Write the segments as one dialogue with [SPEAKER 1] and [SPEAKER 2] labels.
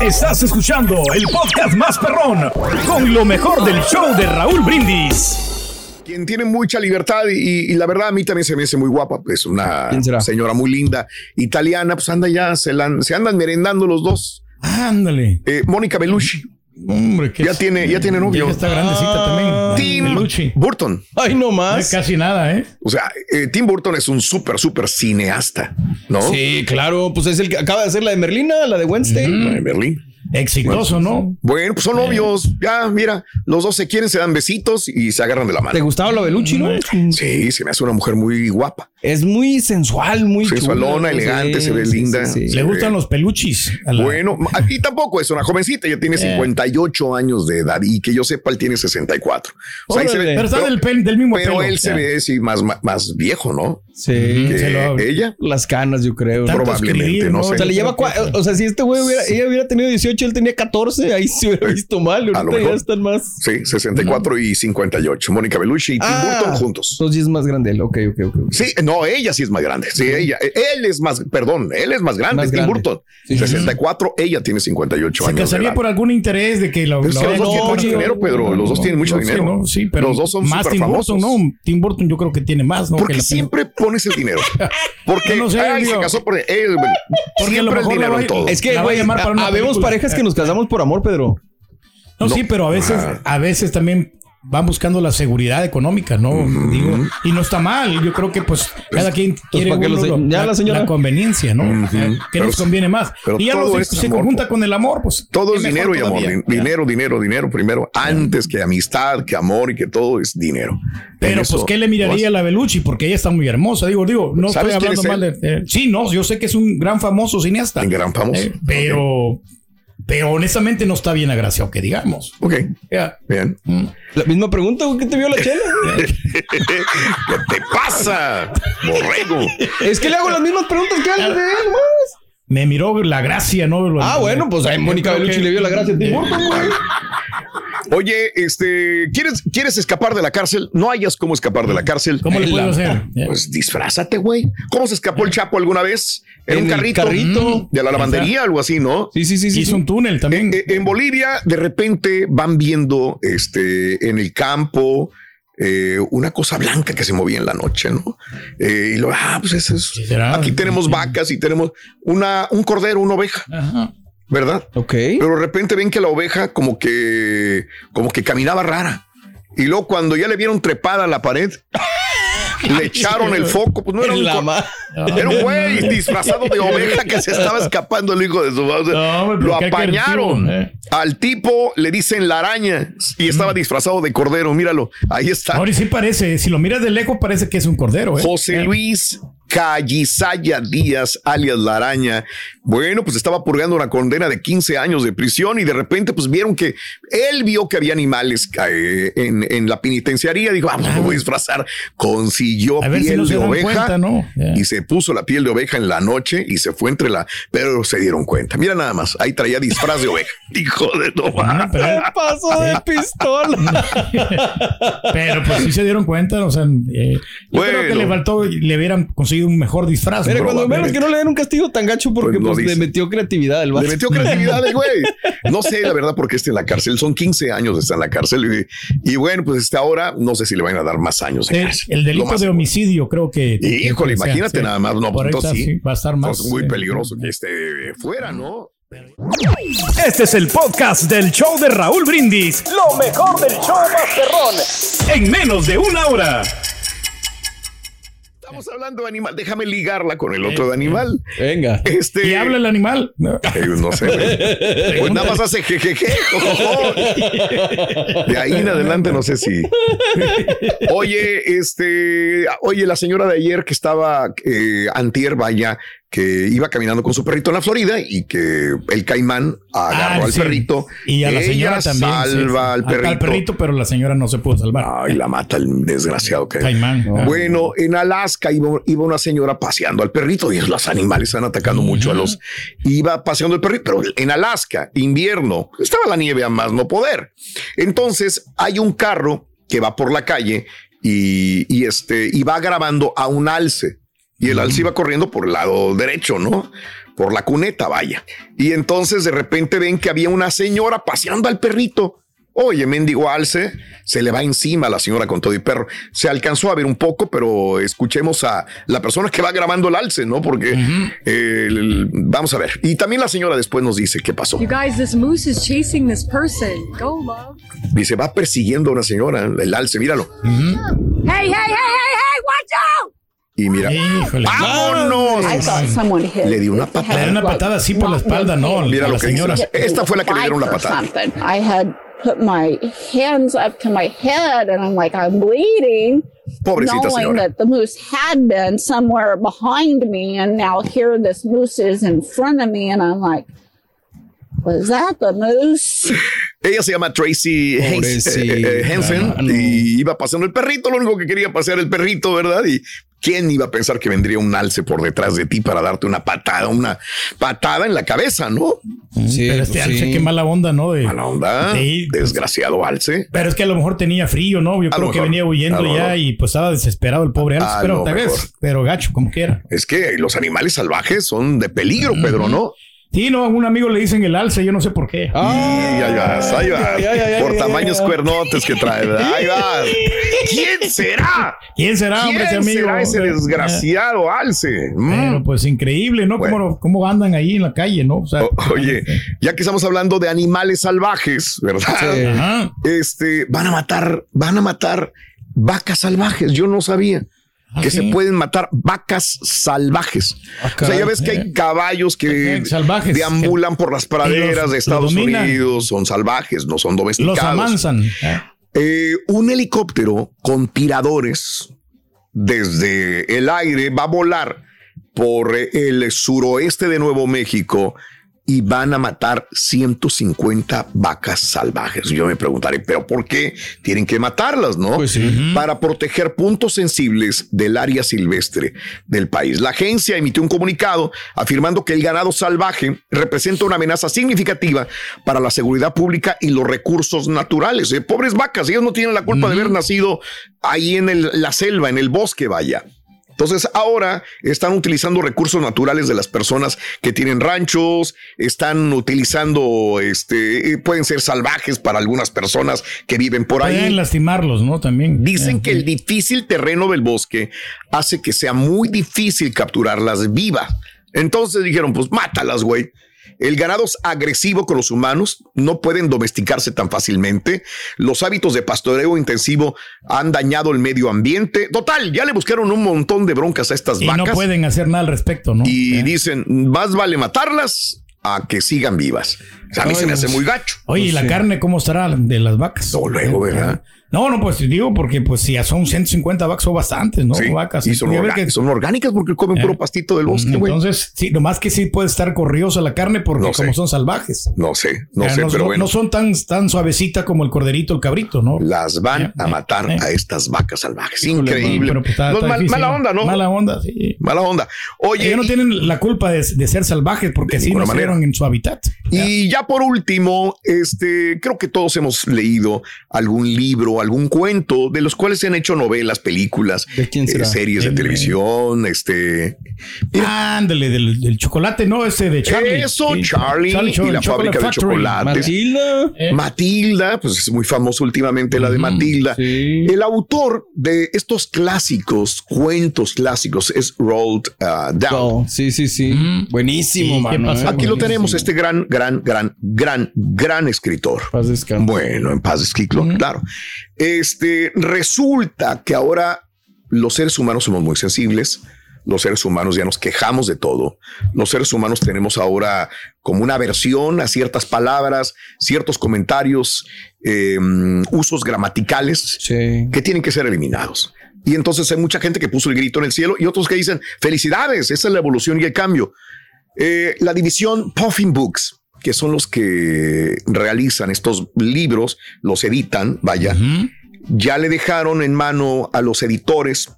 [SPEAKER 1] Estás escuchando el podcast más perrón con lo mejor del show de Raúl Brindis.
[SPEAKER 2] quien tiene mucha libertad y, y la verdad a mí también se me hace muy guapa, pues una
[SPEAKER 3] ¿Quién será?
[SPEAKER 2] señora muy linda, italiana, pues anda ya, se, la- se andan merendando los dos.
[SPEAKER 3] Ándale.
[SPEAKER 2] Eh, Mónica Bellucci,
[SPEAKER 3] Hombre, que
[SPEAKER 2] ya tiene, ya tiene novio.
[SPEAKER 4] Está grandecita también.
[SPEAKER 2] Ah, Tim
[SPEAKER 4] Bellucci.
[SPEAKER 2] Burton.
[SPEAKER 3] Ay, no
[SPEAKER 4] No
[SPEAKER 3] más.
[SPEAKER 4] es casi nada, ¿eh?
[SPEAKER 2] O sea, eh, Tim Burton es un súper, súper cineasta, ¿no?
[SPEAKER 3] Sí, claro, pues es el que acaba de hacer la de Merlina, la de Wednesday.
[SPEAKER 4] Mm.
[SPEAKER 2] Eh, Berlín.
[SPEAKER 4] Exitoso, ¿no?
[SPEAKER 2] Bueno, pues son novios. Ya, mira, los dos se quieren, se dan besitos y se agarran de la
[SPEAKER 3] ¿Te
[SPEAKER 2] mano.
[SPEAKER 3] gustaba lo de Luchi, no?
[SPEAKER 4] Mm.
[SPEAKER 2] Sí, se me hace una mujer muy guapa.
[SPEAKER 3] Es muy sensual, muy
[SPEAKER 2] Sensualona,
[SPEAKER 3] chula,
[SPEAKER 2] elegante, se ve linda. Sí.
[SPEAKER 4] Le gustan los peluchis. a la-
[SPEAKER 2] Bueno, aquí tampoco es una jovencita, ya
[SPEAKER 4] Eh.
[SPEAKER 2] tiene 58 años de edad y que yo sepa, él tiene 64. O sea, ahí se ve-
[SPEAKER 3] Órale.
[SPEAKER 4] Pero está
[SPEAKER 2] pero-
[SPEAKER 4] del, pel- del mismo
[SPEAKER 2] pero
[SPEAKER 4] pelo.
[SPEAKER 2] él se
[SPEAKER 4] Ya.
[SPEAKER 2] ve sí, más, más- más viejo, ¿no?
[SPEAKER 3] Sí.
[SPEAKER 4] Se
[SPEAKER 2] Que
[SPEAKER 4] lo-
[SPEAKER 2] ella.
[SPEAKER 3] Las canas, yo creo.
[SPEAKER 4] Tanto
[SPEAKER 2] probablemente,
[SPEAKER 4] escribir,
[SPEAKER 2] no sé.
[SPEAKER 3] O sea, le
[SPEAKER 4] Yo
[SPEAKER 3] lleva
[SPEAKER 4] creo que
[SPEAKER 3] cua-
[SPEAKER 4] sí.
[SPEAKER 3] O sea, si este güey hubiera, ella hubiera tenido 18, él tenía 14, ahí se hubiera visto mal.
[SPEAKER 2] A lo
[SPEAKER 3] Ahorita ya
[SPEAKER 2] mejor.
[SPEAKER 3] están más.
[SPEAKER 2] Sí, 64 y 58. Mónica Bellucci y Tim
[SPEAKER 3] Ah.
[SPEAKER 2] Burton juntos.
[SPEAKER 3] Entonces es más grande él. Ok, ok, ok. ok.
[SPEAKER 2] Sí, no, ella sí es más grande. Sí, ella, e, él es más, perdón, él es más grande,
[SPEAKER 3] Más
[SPEAKER 2] Tim
[SPEAKER 3] grande.
[SPEAKER 2] Burton.
[SPEAKER 3] Sí, sí, sí.
[SPEAKER 2] 64, ella tiene 58
[SPEAKER 4] Se
[SPEAKER 2] años. de
[SPEAKER 4] casaría
[SPEAKER 2] edad.
[SPEAKER 4] por algún interés de que la,
[SPEAKER 2] Pero es
[SPEAKER 4] la
[SPEAKER 2] que los
[SPEAKER 4] vaya-
[SPEAKER 2] dos tienen
[SPEAKER 4] No,
[SPEAKER 2] mucho
[SPEAKER 4] yo-
[SPEAKER 2] dinero, Pedro. Los dos tienen mucho
[SPEAKER 4] no sé,
[SPEAKER 2] dinero.
[SPEAKER 4] ¿no? Sí, pero
[SPEAKER 2] los dos son
[SPEAKER 4] más
[SPEAKER 2] súper
[SPEAKER 4] Tim
[SPEAKER 2] famosos.
[SPEAKER 4] Burton, ¿no? Tim Burton yo creo que tiene más, ¿no?
[SPEAKER 2] Porque
[SPEAKER 4] Que la-
[SPEAKER 2] siempre pones el dinero. Porque
[SPEAKER 4] No sé,
[SPEAKER 2] ay, se
[SPEAKER 4] digo.
[SPEAKER 2] casó por él. eh, bueno,
[SPEAKER 4] Porque a lo
[SPEAKER 2] siempre
[SPEAKER 4] mejor
[SPEAKER 2] el
[SPEAKER 4] la
[SPEAKER 2] dinero
[SPEAKER 4] va-
[SPEAKER 2] en todo.
[SPEAKER 3] Es que,
[SPEAKER 4] La va a
[SPEAKER 3] güey,
[SPEAKER 4] llamar para una
[SPEAKER 3] habemos
[SPEAKER 4] película.
[SPEAKER 3] parejas que nos casamos por amor, Pedro.
[SPEAKER 4] No, sí, pero a veces, a veces también van buscando la seguridad económica, ¿no? Digo, y no está mal. Yo creo que pues cada quien quiere
[SPEAKER 3] ¿para qué
[SPEAKER 4] uno
[SPEAKER 3] lo se-
[SPEAKER 4] lo-
[SPEAKER 3] ya la señora?
[SPEAKER 4] conveniencia, ¿no? Eh, ¿Qué
[SPEAKER 2] Pero-
[SPEAKER 4] nos conviene más?
[SPEAKER 2] pero
[SPEAKER 4] Y ya
[SPEAKER 2] todo
[SPEAKER 4] lo se,
[SPEAKER 2] es
[SPEAKER 4] se
[SPEAKER 2] amor,
[SPEAKER 4] conjunta
[SPEAKER 2] po.
[SPEAKER 4] con el amor, pues.
[SPEAKER 2] Todo es
[SPEAKER 4] mejor
[SPEAKER 2] dinero y amor.
[SPEAKER 4] todavía.
[SPEAKER 2] Din- Dinero, dinero, dinero primero. Antes que amistad, que amor y que todo es dinero. En
[SPEAKER 4] Pero pues,
[SPEAKER 2] eso,
[SPEAKER 4] ¿qué le miraría a la Belucci? Porque ella está muy hermosa. Digo, digo, no estoy
[SPEAKER 2] ¿Sabes quién
[SPEAKER 4] hablando
[SPEAKER 2] es
[SPEAKER 4] mal de... eh,
[SPEAKER 2] él?
[SPEAKER 4] sí, no, yo sé que es un gran famoso cineasta.
[SPEAKER 2] En gran famoso.
[SPEAKER 4] Eh, pero... Pero honestamente no está bien agraciado, que digamos.
[SPEAKER 2] Ok,
[SPEAKER 4] Ya.
[SPEAKER 2] bien.
[SPEAKER 3] La misma pregunta, güey, ¿qué te vio la chela?
[SPEAKER 2] ¿Qué te pasa, borrego?
[SPEAKER 3] es que le hago las mismas preguntas que antes de él, más.
[SPEAKER 4] Me miró la gracia, ¿no? Lo-
[SPEAKER 3] Ah, bueno, pues a Mónica
[SPEAKER 4] Yo creo
[SPEAKER 3] Bellucci
[SPEAKER 4] que-
[SPEAKER 3] le vio la gracia. a Tim
[SPEAKER 4] Eh,
[SPEAKER 3] Burton, güey.
[SPEAKER 2] Oye, este, ¿quieres, ¿quieres escapar de la cárcel? No hayas cómo escapar de la cárcel.
[SPEAKER 4] ¿Cómo ¿Eh? le
[SPEAKER 3] El
[SPEAKER 4] puedo
[SPEAKER 3] amor.
[SPEAKER 4] hacer? Ya.
[SPEAKER 2] Pues disfrázate, güey. ¿Cómo se escapó el Chapo alguna vez? En,
[SPEAKER 3] En
[SPEAKER 2] un
[SPEAKER 3] el
[SPEAKER 2] carrito.
[SPEAKER 3] carrito.
[SPEAKER 2] De la lavandería, algo así, ¿no?
[SPEAKER 3] Sí, sí, sí, sí.
[SPEAKER 4] Hizo un túnel también.
[SPEAKER 2] Eh, En Bolivia, de repente van viendo este, en el campo eh, una cosa blanca que se movía en la noche, ¿no? Eh, y lo, ah, pues eso es.
[SPEAKER 4] Sí, será.
[SPEAKER 2] Aquí tenemos vacas y tenemos una, un cordero, una oveja,
[SPEAKER 4] Ajá.
[SPEAKER 2] ¿verdad?
[SPEAKER 3] Ok.
[SPEAKER 2] Pero de repente ven que la oveja como que, como que caminaba rara. Y luego cuando ya le vieron trepada a la pared, le echaron el foco, pues no era
[SPEAKER 3] En
[SPEAKER 2] un
[SPEAKER 3] la
[SPEAKER 2] cor-
[SPEAKER 3] ma-
[SPEAKER 2] era un güey disfrazado de oveja que se estaba escapando el hijo de su madre.
[SPEAKER 4] No, hombre, pero
[SPEAKER 2] Eh, Lo
[SPEAKER 4] qué
[SPEAKER 2] apañaron.
[SPEAKER 4] creativo, eh.
[SPEAKER 2] Al tipo le dicen la araña y estaba disfrazado de cordero. Míralo, ahí está.
[SPEAKER 4] Mm. Ah, Ahora sí parece, si lo miras de lejos parece que es un cordero, ¿eh?
[SPEAKER 2] José Luis Callizaya Díaz, alias La Araña. Bueno, pues estaba purgando una condena de 15 años de prisión y de repente pues vieron que él vio que había animales eh, en, en la penitenciaría. Dijo, vamos, me voy a disfrazar. Consiguió
[SPEAKER 4] A ver
[SPEAKER 2] piel
[SPEAKER 4] si no se
[SPEAKER 2] de
[SPEAKER 4] dan
[SPEAKER 2] oveja.
[SPEAKER 4] cuenta, ¿no? Ya.
[SPEAKER 2] Y se puso la piel de oveja en la noche y se fue entre la... Pero se dieron cuenta. Mira nada más, ahí traía disfraz de oveja. Hijo de no
[SPEAKER 4] Ah,
[SPEAKER 2] mames.
[SPEAKER 4] pero,
[SPEAKER 3] Paso de pistola.
[SPEAKER 4] pero, pues sí se dieron cuenta, o sea, eh, yo creo que
[SPEAKER 2] Bueno.
[SPEAKER 4] le faltó, le hubieran conseguido un mejor disfraz.
[SPEAKER 3] Pero
[SPEAKER 4] ¿no?
[SPEAKER 3] cuando menos que no le den un castigo tan gacho porque
[SPEAKER 2] Pues no
[SPEAKER 3] pues, le
[SPEAKER 2] dice.
[SPEAKER 3] metió creatividad al
[SPEAKER 2] Le
[SPEAKER 3] vato.
[SPEAKER 2] metió creatividad, el güey. No sé, la verdad, por qué está en la cárcel. Son 15 años está en la cárcel. Y, y bueno, pues hasta ahora no sé si le van a dar más años en
[SPEAKER 4] el,
[SPEAKER 2] cárcel.
[SPEAKER 4] el delito
[SPEAKER 2] Lo más-
[SPEAKER 4] de homicidio creo que...
[SPEAKER 2] Híjole,
[SPEAKER 4] que sea,
[SPEAKER 2] imagínate
[SPEAKER 4] sí.
[SPEAKER 2] nada más. No,
[SPEAKER 4] Por
[SPEAKER 2] pues
[SPEAKER 4] ahí está,
[SPEAKER 2] entonces sí.
[SPEAKER 4] sí, va a estar más...
[SPEAKER 2] Entonces, muy
[SPEAKER 4] eh,
[SPEAKER 2] peligroso que esté fuera, ¿no?
[SPEAKER 1] Este es el podcast del show de Raúl Brindis. Lo mejor del show Masterrón. En menos de una hora.
[SPEAKER 4] eh.
[SPEAKER 2] Estamos hablando de animal. Déjame ligarla con el otro de animal.
[SPEAKER 3] Venga.
[SPEAKER 2] Este.
[SPEAKER 4] ¿Y habla el animal? No.
[SPEAKER 2] Eh, no sé, güey. Pues nada más hace jejeje. jojojo. De ahí en adelante no sé si. Oye, este, oye, la señora de ayer que estaba eh, antier, vaya, que iba caminando con su perrito en la Florida y que el caimán agarró
[SPEAKER 4] Ah,
[SPEAKER 2] al
[SPEAKER 4] sí.
[SPEAKER 2] perrito.
[SPEAKER 4] Y a la señora
[SPEAKER 2] Ella
[SPEAKER 4] también. sí, sí.
[SPEAKER 2] Salva al perrito.
[SPEAKER 4] Al perrito, pero la señora no se pudo salvar.
[SPEAKER 2] Ay, la mata el desgraciado que.
[SPEAKER 4] Caimán. Ah.
[SPEAKER 2] Bueno, en Alaska iba, iba una señora paseando al perrito y los animales están atacando mucho a los. Iba paseando el perrito, pero en Alaska, invierno, estaba la nieve a más no poder. Entonces hay un carro que va por la calle y, y este y va grabando a un alce y el alce iba corriendo por el lado derecho, no? por la cuneta, vaya. Y entonces de repente ven que había una señora paseando al perrito. Oye, mendigo alce, se le va encima a la señora con todo y perro. Se alcanzó a ver un poco, pero escuchemos a la persona que va grabando el alce, ¿no? Porque eh, el- vamos a ver. Y también la señora después nos dice qué pasó.
[SPEAKER 5] You guys, this moose is chasing this person. Go, love.
[SPEAKER 2] Dice, va persiguiendo a una señora, el alce, míralo.
[SPEAKER 5] Hey, hey, hey, hey, hey, watch out!
[SPEAKER 2] Y mira,
[SPEAKER 4] Híjole.
[SPEAKER 2] Ah, ¡vámonos!
[SPEAKER 6] I thought someone hit.
[SPEAKER 2] Le dio una
[SPEAKER 4] Le
[SPEAKER 2] patada.
[SPEAKER 4] dio una patada así por la espalda, no.
[SPEAKER 2] Mira
[SPEAKER 4] a
[SPEAKER 2] lo
[SPEAKER 4] la
[SPEAKER 2] que dice.
[SPEAKER 4] señora.
[SPEAKER 2] Esta fue la que le dieron la
[SPEAKER 6] Or
[SPEAKER 2] patada.
[SPEAKER 6] something. I had put my hands up to my head and I'm like, I'm bleeding,
[SPEAKER 2] Pobrecita
[SPEAKER 6] knowing
[SPEAKER 2] señora.
[SPEAKER 6] that the moose had been somewhere behind me. And now here this moose is in front of me. And I'm like, was that the moose?
[SPEAKER 2] Ella se llama Tracy Hens- eh, eh, eh, Henson
[SPEAKER 3] Pobrecita,
[SPEAKER 2] y iba pasando el perrito, lo único que quería pasear el perrito, ¿verdad? Y quién iba a pensar que vendría un alce por detrás de ti para darte una patada, una patada en la cabeza, ¿no?
[SPEAKER 3] Sí,
[SPEAKER 4] Pero este
[SPEAKER 3] pues
[SPEAKER 4] alce,
[SPEAKER 3] sí.
[SPEAKER 4] qué mala onda, ¿no? De-
[SPEAKER 2] A la onda,
[SPEAKER 4] Sí.
[SPEAKER 2] desgraciado alce.
[SPEAKER 4] Pero es que a lo mejor tenía frío, ¿no? Yo
[SPEAKER 2] A
[SPEAKER 4] creo
[SPEAKER 2] lo
[SPEAKER 4] que
[SPEAKER 2] mejor,
[SPEAKER 4] venía huyendo
[SPEAKER 2] a lo
[SPEAKER 4] ya
[SPEAKER 2] mejor.
[SPEAKER 4] y pues estaba desesperado el pobre Alex.
[SPEAKER 2] A
[SPEAKER 4] Pero
[SPEAKER 2] lo
[SPEAKER 4] tal
[SPEAKER 2] mejor.
[SPEAKER 4] vez, pero gacho, como quiera.
[SPEAKER 2] Es que los animales salvajes son de peligro, Pedro, ¿no?
[SPEAKER 4] Sí, no, a un amigo le dicen el alce, yo no sé por qué.
[SPEAKER 3] Ah,
[SPEAKER 2] Y ahí vas, ahí vas.
[SPEAKER 3] ay, ay, ay,
[SPEAKER 2] Por
[SPEAKER 3] ay,
[SPEAKER 2] tamaños
[SPEAKER 3] ay.
[SPEAKER 2] cuernotes que trae. ¿verdad? Ahí vas. ¿Quién será?
[SPEAKER 4] ¿Quién
[SPEAKER 3] Ah,
[SPEAKER 4] será, hombre, ese
[SPEAKER 2] ¿Quién
[SPEAKER 4] amigo? Eh,
[SPEAKER 2] será ese
[SPEAKER 3] Eh,
[SPEAKER 2] desgraciado alce? Mm.
[SPEAKER 4] Pero pues increíble, ¿no?
[SPEAKER 2] Bueno.
[SPEAKER 4] ¿Cómo, cómo andan ahí en la calle, ¿no? O sea,
[SPEAKER 2] O- oye, ya que estamos hablando de animales salvajes, ¿verdad?
[SPEAKER 3] Sí.
[SPEAKER 4] ajá.
[SPEAKER 2] Este, van a matar, van a matar vacas salvajes. Yo no sabía
[SPEAKER 4] Ah,
[SPEAKER 2] que
[SPEAKER 4] sí.
[SPEAKER 2] se pueden matar vacas salvajes.
[SPEAKER 4] Ah,
[SPEAKER 2] o sea, ya
[SPEAKER 4] caray.
[SPEAKER 2] ves que hay caballos que
[SPEAKER 4] Eh, salvajes.
[SPEAKER 2] deambulan por las
[SPEAKER 4] Que
[SPEAKER 2] praderas
[SPEAKER 4] los-
[SPEAKER 2] de Estados
[SPEAKER 4] los dominan.
[SPEAKER 2] Unidos, son salvajes, no son
[SPEAKER 4] Los
[SPEAKER 2] domesticados.
[SPEAKER 4] amansan. Ah,
[SPEAKER 2] Eh, un helicóptero con tiradores desde el aire va a volar por eh, el suroeste de Nuevo México y van a matar 150 vacas salvajes. Yo me preguntaré, pero ¿por qué tienen que matarlas, no?
[SPEAKER 3] Pues sí.
[SPEAKER 2] Para proteger puntos sensibles del área silvestre del país. La agencia emitió un comunicado afirmando que el ganado salvaje representa una amenaza significativa para la seguridad pública y los recursos naturales. Eh, pobres vacas, ellos no tienen la culpa de haber nacido ahí en el- la selva, en el bosque, vaya. Entonces ahora están utilizando recursos naturales de las personas que tienen ranchos, están utilizando, este, eh, pueden ser salvajes para algunas personas que viven por ahí.
[SPEAKER 4] Pueden lastimarlos, ¿no? También.
[SPEAKER 2] Dicen
[SPEAKER 4] Eh,
[SPEAKER 2] que el difícil terreno del bosque hace que sea muy difícil capturarlas vivas. Entonces dijeron, pues mátalas, güey. El ganado es agresivo con los humanos, no pueden domesticarse tan fácilmente. Los hábitos de pastoreo intensivo han dañado el medio ambiente. Total, ya le buscaron un montón de broncas a estas
[SPEAKER 4] Y no
[SPEAKER 2] vacas
[SPEAKER 4] pueden hacer nada al respecto, ¿no?
[SPEAKER 2] y
[SPEAKER 4] Eh.
[SPEAKER 2] dicen, más vale matarlas a que sigan vivas. O sea, a mí
[SPEAKER 3] Ay,
[SPEAKER 2] se me hace
[SPEAKER 3] Dios.
[SPEAKER 2] muy gacho.
[SPEAKER 4] Oye, ¿y la
[SPEAKER 3] Sí.
[SPEAKER 4] carne cómo estará de las vacas?
[SPEAKER 2] pues
[SPEAKER 4] Eh,
[SPEAKER 2] No, luego, ¿verdad?
[SPEAKER 4] No, no, pues digo, porque pues si ya son 150 vacas, son bastantes, ¿no?
[SPEAKER 2] Sí,
[SPEAKER 4] Vacas.
[SPEAKER 2] y son,
[SPEAKER 4] Ya ves
[SPEAKER 2] orgánicas,
[SPEAKER 4] que-
[SPEAKER 2] son orgánicas porque comen
[SPEAKER 4] Eh.
[SPEAKER 2] puro pastito del bosque, güey.
[SPEAKER 4] Entonces, sí, nomás que sí puede estar corriosa la carne porque
[SPEAKER 2] No sé.
[SPEAKER 4] como son salvajes.
[SPEAKER 2] No sé, no
[SPEAKER 4] O sea,
[SPEAKER 2] sé, pero
[SPEAKER 4] no,
[SPEAKER 2] bueno.
[SPEAKER 4] no son tan, tan suavecita como el corderito, el cabrito, ¿no?
[SPEAKER 2] Las van a
[SPEAKER 4] Eh,
[SPEAKER 2] matar
[SPEAKER 4] eh.
[SPEAKER 2] a estas vacas salvajes.
[SPEAKER 4] Híjole,
[SPEAKER 2] Increíble.
[SPEAKER 4] pero, pues, está-
[SPEAKER 2] No,
[SPEAKER 4] está
[SPEAKER 2] mal-
[SPEAKER 4] difícil,
[SPEAKER 2] mala onda, ¿no? Mala,
[SPEAKER 4] Mala onda, sí.
[SPEAKER 2] onda. Oye,
[SPEAKER 4] Ellos no
[SPEAKER 2] y-
[SPEAKER 4] tienen la culpa de, de ser salvajes porque
[SPEAKER 2] De
[SPEAKER 4] sí
[SPEAKER 2] ninguna
[SPEAKER 4] nacieron
[SPEAKER 2] manera.
[SPEAKER 4] en su hábitat.
[SPEAKER 2] Y ya por último, este, creo que todos hemos leído algún libro, algún cuento de los cuales se han hecho novelas, películas,
[SPEAKER 3] ¿De quién
[SPEAKER 2] eh,
[SPEAKER 3] será?
[SPEAKER 2] series de
[SPEAKER 4] Eh,
[SPEAKER 2] televisión, este,
[SPEAKER 4] Ándale, del, del chocolate, no, ese de Charlie.
[SPEAKER 2] eso,
[SPEAKER 4] Sí,
[SPEAKER 2] Charlie,
[SPEAKER 4] Cho-
[SPEAKER 2] y la
[SPEAKER 4] Chocolate
[SPEAKER 2] fábrica de
[SPEAKER 4] Factory.
[SPEAKER 2] chocolates.
[SPEAKER 3] Matilda.
[SPEAKER 4] Eh. Mm,
[SPEAKER 2] Matilda, pues es muy famosa últimamente la de Matilda.
[SPEAKER 3] Sí.
[SPEAKER 2] El autor de estos clásicos, cuentos clásicos, es Roald uh, Dahl.
[SPEAKER 3] No, sí, sí, sí.
[SPEAKER 4] Mm.
[SPEAKER 3] Buenísimo,
[SPEAKER 4] Sí, ¿qué
[SPEAKER 3] mano.
[SPEAKER 4] pasó?
[SPEAKER 3] eh,
[SPEAKER 2] Aquí lo
[SPEAKER 3] buenísimo.
[SPEAKER 2] tenemos, este gran, gran, gran, gran, gran escritor.
[SPEAKER 3] Paz descanse.
[SPEAKER 2] Bueno, en paz descanse, claro. Este resulta que ahora los seres humanos somos muy sensibles. Los seres humanos ya nos quejamos de todo. Los seres humanos tenemos ahora como una aversión a ciertas palabras, ciertos comentarios, eh, usos gramaticales
[SPEAKER 3] Sí.
[SPEAKER 2] que tienen que ser eliminados. Y entonces hay mucha gente que puso el grito en el cielo y otros que dicen, felicidades, esa es la evolución y el cambio. Eh, la división Puffin Books, que son los que realizan estos libros, los editan, vaya,
[SPEAKER 4] Ujú.
[SPEAKER 2] ya le dejaron en mano a los editores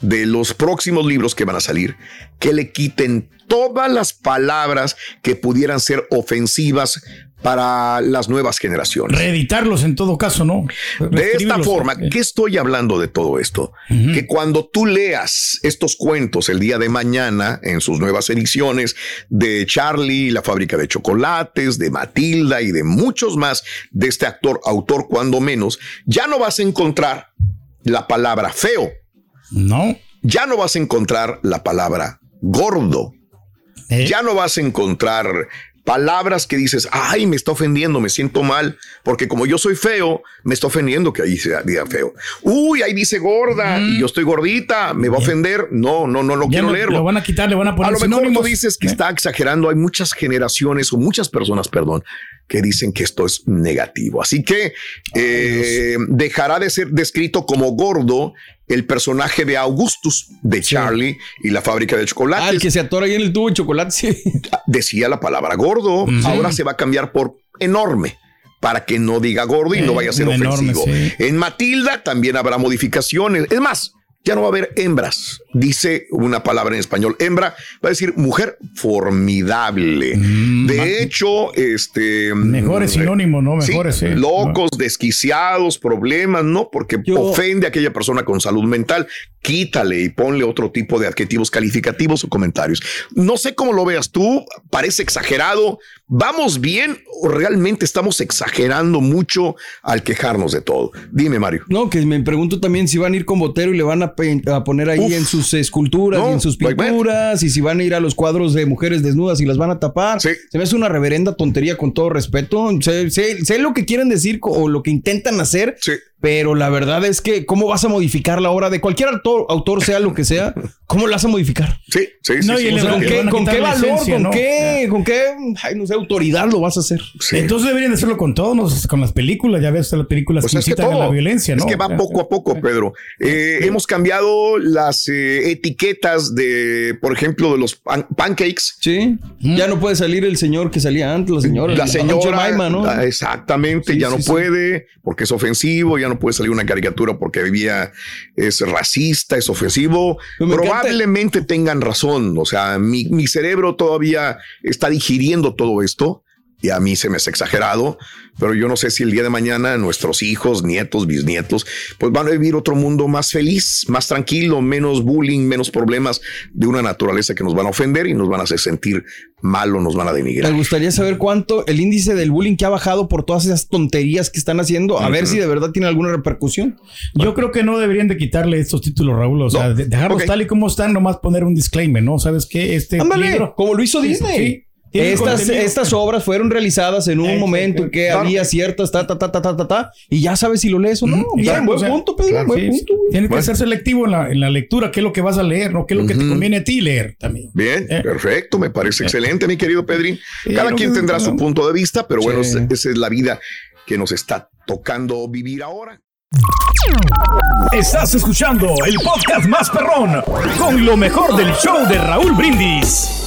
[SPEAKER 2] de los próximos libros que van a salir que le quiten todas las palabras que pudieran ser ofensivas para las nuevas generaciones.
[SPEAKER 4] Reeditarlos en todo caso, ¿no?
[SPEAKER 2] De esta
[SPEAKER 4] Reescribirlos.
[SPEAKER 2] forma, ¿qué estoy hablando de todo esto? Que cuando tú leas estos cuentos el día de mañana en sus nuevas ediciones de Charlie, la fábrica de chocolates, de Matilda y de muchos más de este actor, autor, cuando menos, ya no vas a encontrar la palabra feo,
[SPEAKER 4] No.
[SPEAKER 2] ya no vas a encontrar la palabra gordo,
[SPEAKER 4] Eh,
[SPEAKER 2] ya no vas a encontrar palabras que dices, ay, me está ofendiendo, me siento mal, porque como yo soy feo, me está ofendiendo que ahí sea diga feo. Uy, ahí dice gorda y yo estoy gordita, me va a ofender. No, no, no, no
[SPEAKER 4] ya
[SPEAKER 2] quiero
[SPEAKER 4] no-
[SPEAKER 2] leerlo.
[SPEAKER 4] Lo van a quitar, le van a poner
[SPEAKER 2] A lo mejor tú
[SPEAKER 4] sinónimos. ¿Eh?
[SPEAKER 2] dices que está exagerando. Hay muchas generaciones o muchas personas, perdón, que dicen que esto es negativo. Así que eh, dejará de ser descrito como gordo el personaje de Augustus, de Charlie y la fábrica de chocolates
[SPEAKER 3] Ah, el que se atora ahí en el tubo de chocolate, sí.
[SPEAKER 2] decía la palabra gordo, ahora se va a cambiar por enorme para que no diga gordo y no
[SPEAKER 4] Eh,
[SPEAKER 2] vaya a ser
[SPEAKER 4] enorme,
[SPEAKER 2] ofensivo.
[SPEAKER 4] sí.
[SPEAKER 2] En Matilda también habrá modificaciones. Es más, ya no va a haber hembras. Dice una palabra en español, hembra, va a decir mujer formidable. De hecho, este...
[SPEAKER 4] Mm, Mejores
[SPEAKER 2] mm,
[SPEAKER 4] sinónimos, ¿no?
[SPEAKER 2] sí,
[SPEAKER 4] Mejores, sí.
[SPEAKER 2] Locos, desquiciados, problemas, ¿no? Porque
[SPEAKER 3] Yo-
[SPEAKER 2] ofende a aquella persona con salud mental. Quítale y ponle otro tipo de adjetivos calificativos o comentarios. No sé cómo lo veas tú, parece exagerado. ¿Vamos bien o realmente estamos exagerando mucho al quejarnos de todo? Dime, Mario.
[SPEAKER 3] No, que me pregunto también si van a ir con Botero y le van a, pe- a poner ahí
[SPEAKER 2] Uf.
[SPEAKER 3] en sus esculturas
[SPEAKER 2] No, pues
[SPEAKER 3] y en sus
[SPEAKER 2] bueno.
[SPEAKER 3] pinturas y si van a ir a los cuadros de mujeres desnudas y las van a tapar.
[SPEAKER 2] Sí.
[SPEAKER 3] Se me hace una reverenda tontería con todo respeto. Sé, sé- sé lo que quieren decir co- o lo que intentan hacer,
[SPEAKER 2] Sí.
[SPEAKER 3] pero la verdad es que cómo vas a modificar la obra de cualquier autor, autor sea lo que sea, ¿cómo la vas a modificar?
[SPEAKER 2] Sí, sí, sí,
[SPEAKER 4] No, y
[SPEAKER 2] sí.
[SPEAKER 4] el
[SPEAKER 3] O sea,
[SPEAKER 4] Pero
[SPEAKER 3] ¿con
[SPEAKER 4] que van
[SPEAKER 3] qué,
[SPEAKER 4] a
[SPEAKER 3] con
[SPEAKER 4] quitar
[SPEAKER 3] qué
[SPEAKER 4] la
[SPEAKER 3] valor,
[SPEAKER 4] esencia,
[SPEAKER 3] con
[SPEAKER 4] ¿no?
[SPEAKER 3] qué, con qué, ay, no sé, autoridad lo vas a hacer?
[SPEAKER 2] Sí.
[SPEAKER 4] Entonces deberían hacerlo con todo, no con las películas, ya ves las películas
[SPEAKER 2] Pues
[SPEAKER 4] que
[SPEAKER 2] es que
[SPEAKER 4] incitan a
[SPEAKER 2] todo.
[SPEAKER 4] la violencia, ¿no?
[SPEAKER 2] Es que va poco a poco, Pedro. Eh, Hemos cambiado las eh, etiquetas de, por ejemplo, de los pan- pancakes.
[SPEAKER 3] Sí,
[SPEAKER 4] Mm.
[SPEAKER 3] ya no puede salir el señor que salía antes, la señora,
[SPEAKER 2] La
[SPEAKER 3] Aunt
[SPEAKER 2] señora,
[SPEAKER 3] Jemima, ¿no?
[SPEAKER 2] ah, exactamente,
[SPEAKER 3] Sí,
[SPEAKER 2] ya no
[SPEAKER 3] sí, sí.
[SPEAKER 2] puede porque es ofensivo, ya no puede salir una caricatura porque vivía, es racista, es ofensivo.
[SPEAKER 3] Pero me encanta-
[SPEAKER 2] Probablemente tengan razón, o sea, mi, mi cerebro todavía está digiriendo todo esto. Y a mí se me es exagerado, pero yo no sé si el día de mañana nuestros hijos, nietos, bisnietos, pues van a vivir otro mundo más feliz, más tranquilo, menos bullying, menos problemas de una naturaleza que nos van a ofender y nos van a hacer sentir mal o nos van a denigrar.
[SPEAKER 3] Me gustaría saber cuánto el índice del bullying que ha bajado por todas esas tonterías que están haciendo, a ver si de verdad tiene alguna repercusión.
[SPEAKER 4] Yo creo que no deberían de quitarle estos títulos, Raúl. O sea,
[SPEAKER 2] No.
[SPEAKER 4] de- dejarlos
[SPEAKER 2] Ok.
[SPEAKER 4] tal y como están, nomás poner un disclaimer, ¿no? ¿Sabes qué? Este
[SPEAKER 3] Ándale,
[SPEAKER 4] libro-
[SPEAKER 3] como lo hizo
[SPEAKER 4] Sí,
[SPEAKER 3] Disney.
[SPEAKER 4] sí. Tiene
[SPEAKER 3] Estas,
[SPEAKER 4] contenido.
[SPEAKER 3] estas obras fueron realizadas en un
[SPEAKER 4] Exacto.
[SPEAKER 3] momento en que
[SPEAKER 2] Claro.
[SPEAKER 3] había ciertas ta, ta, ta, ta, ta, ta, ta, y ya sabes si lo lees o no.
[SPEAKER 4] Ujú,
[SPEAKER 3] Bien,
[SPEAKER 4] exacto,
[SPEAKER 3] buen
[SPEAKER 4] o sea,
[SPEAKER 3] punto, Pedro,
[SPEAKER 2] claro,
[SPEAKER 3] buen
[SPEAKER 4] Sí,
[SPEAKER 3] punto. güey.
[SPEAKER 4] Tienes que
[SPEAKER 2] Bueno.
[SPEAKER 4] ser selectivo en la, en la lectura, qué es lo que vas a leer, ¿no? ¿Qué es lo que te
[SPEAKER 2] Ujú.
[SPEAKER 4] conviene a ti leer también?
[SPEAKER 2] Bien,
[SPEAKER 4] Eh.
[SPEAKER 2] perfecto, me parece excelente, mi querido Pedrín.
[SPEAKER 4] Sí,
[SPEAKER 2] Cada
[SPEAKER 4] no,
[SPEAKER 2] quien
[SPEAKER 4] no,
[SPEAKER 2] tendrá
[SPEAKER 4] no.
[SPEAKER 2] su punto de vista, pero bueno,
[SPEAKER 3] Sí.
[SPEAKER 2] es- esa es la vida que nos está tocando vivir ahora.
[SPEAKER 1] Estás escuchando el podcast más perrón con lo mejor del show de Raúl Brindis.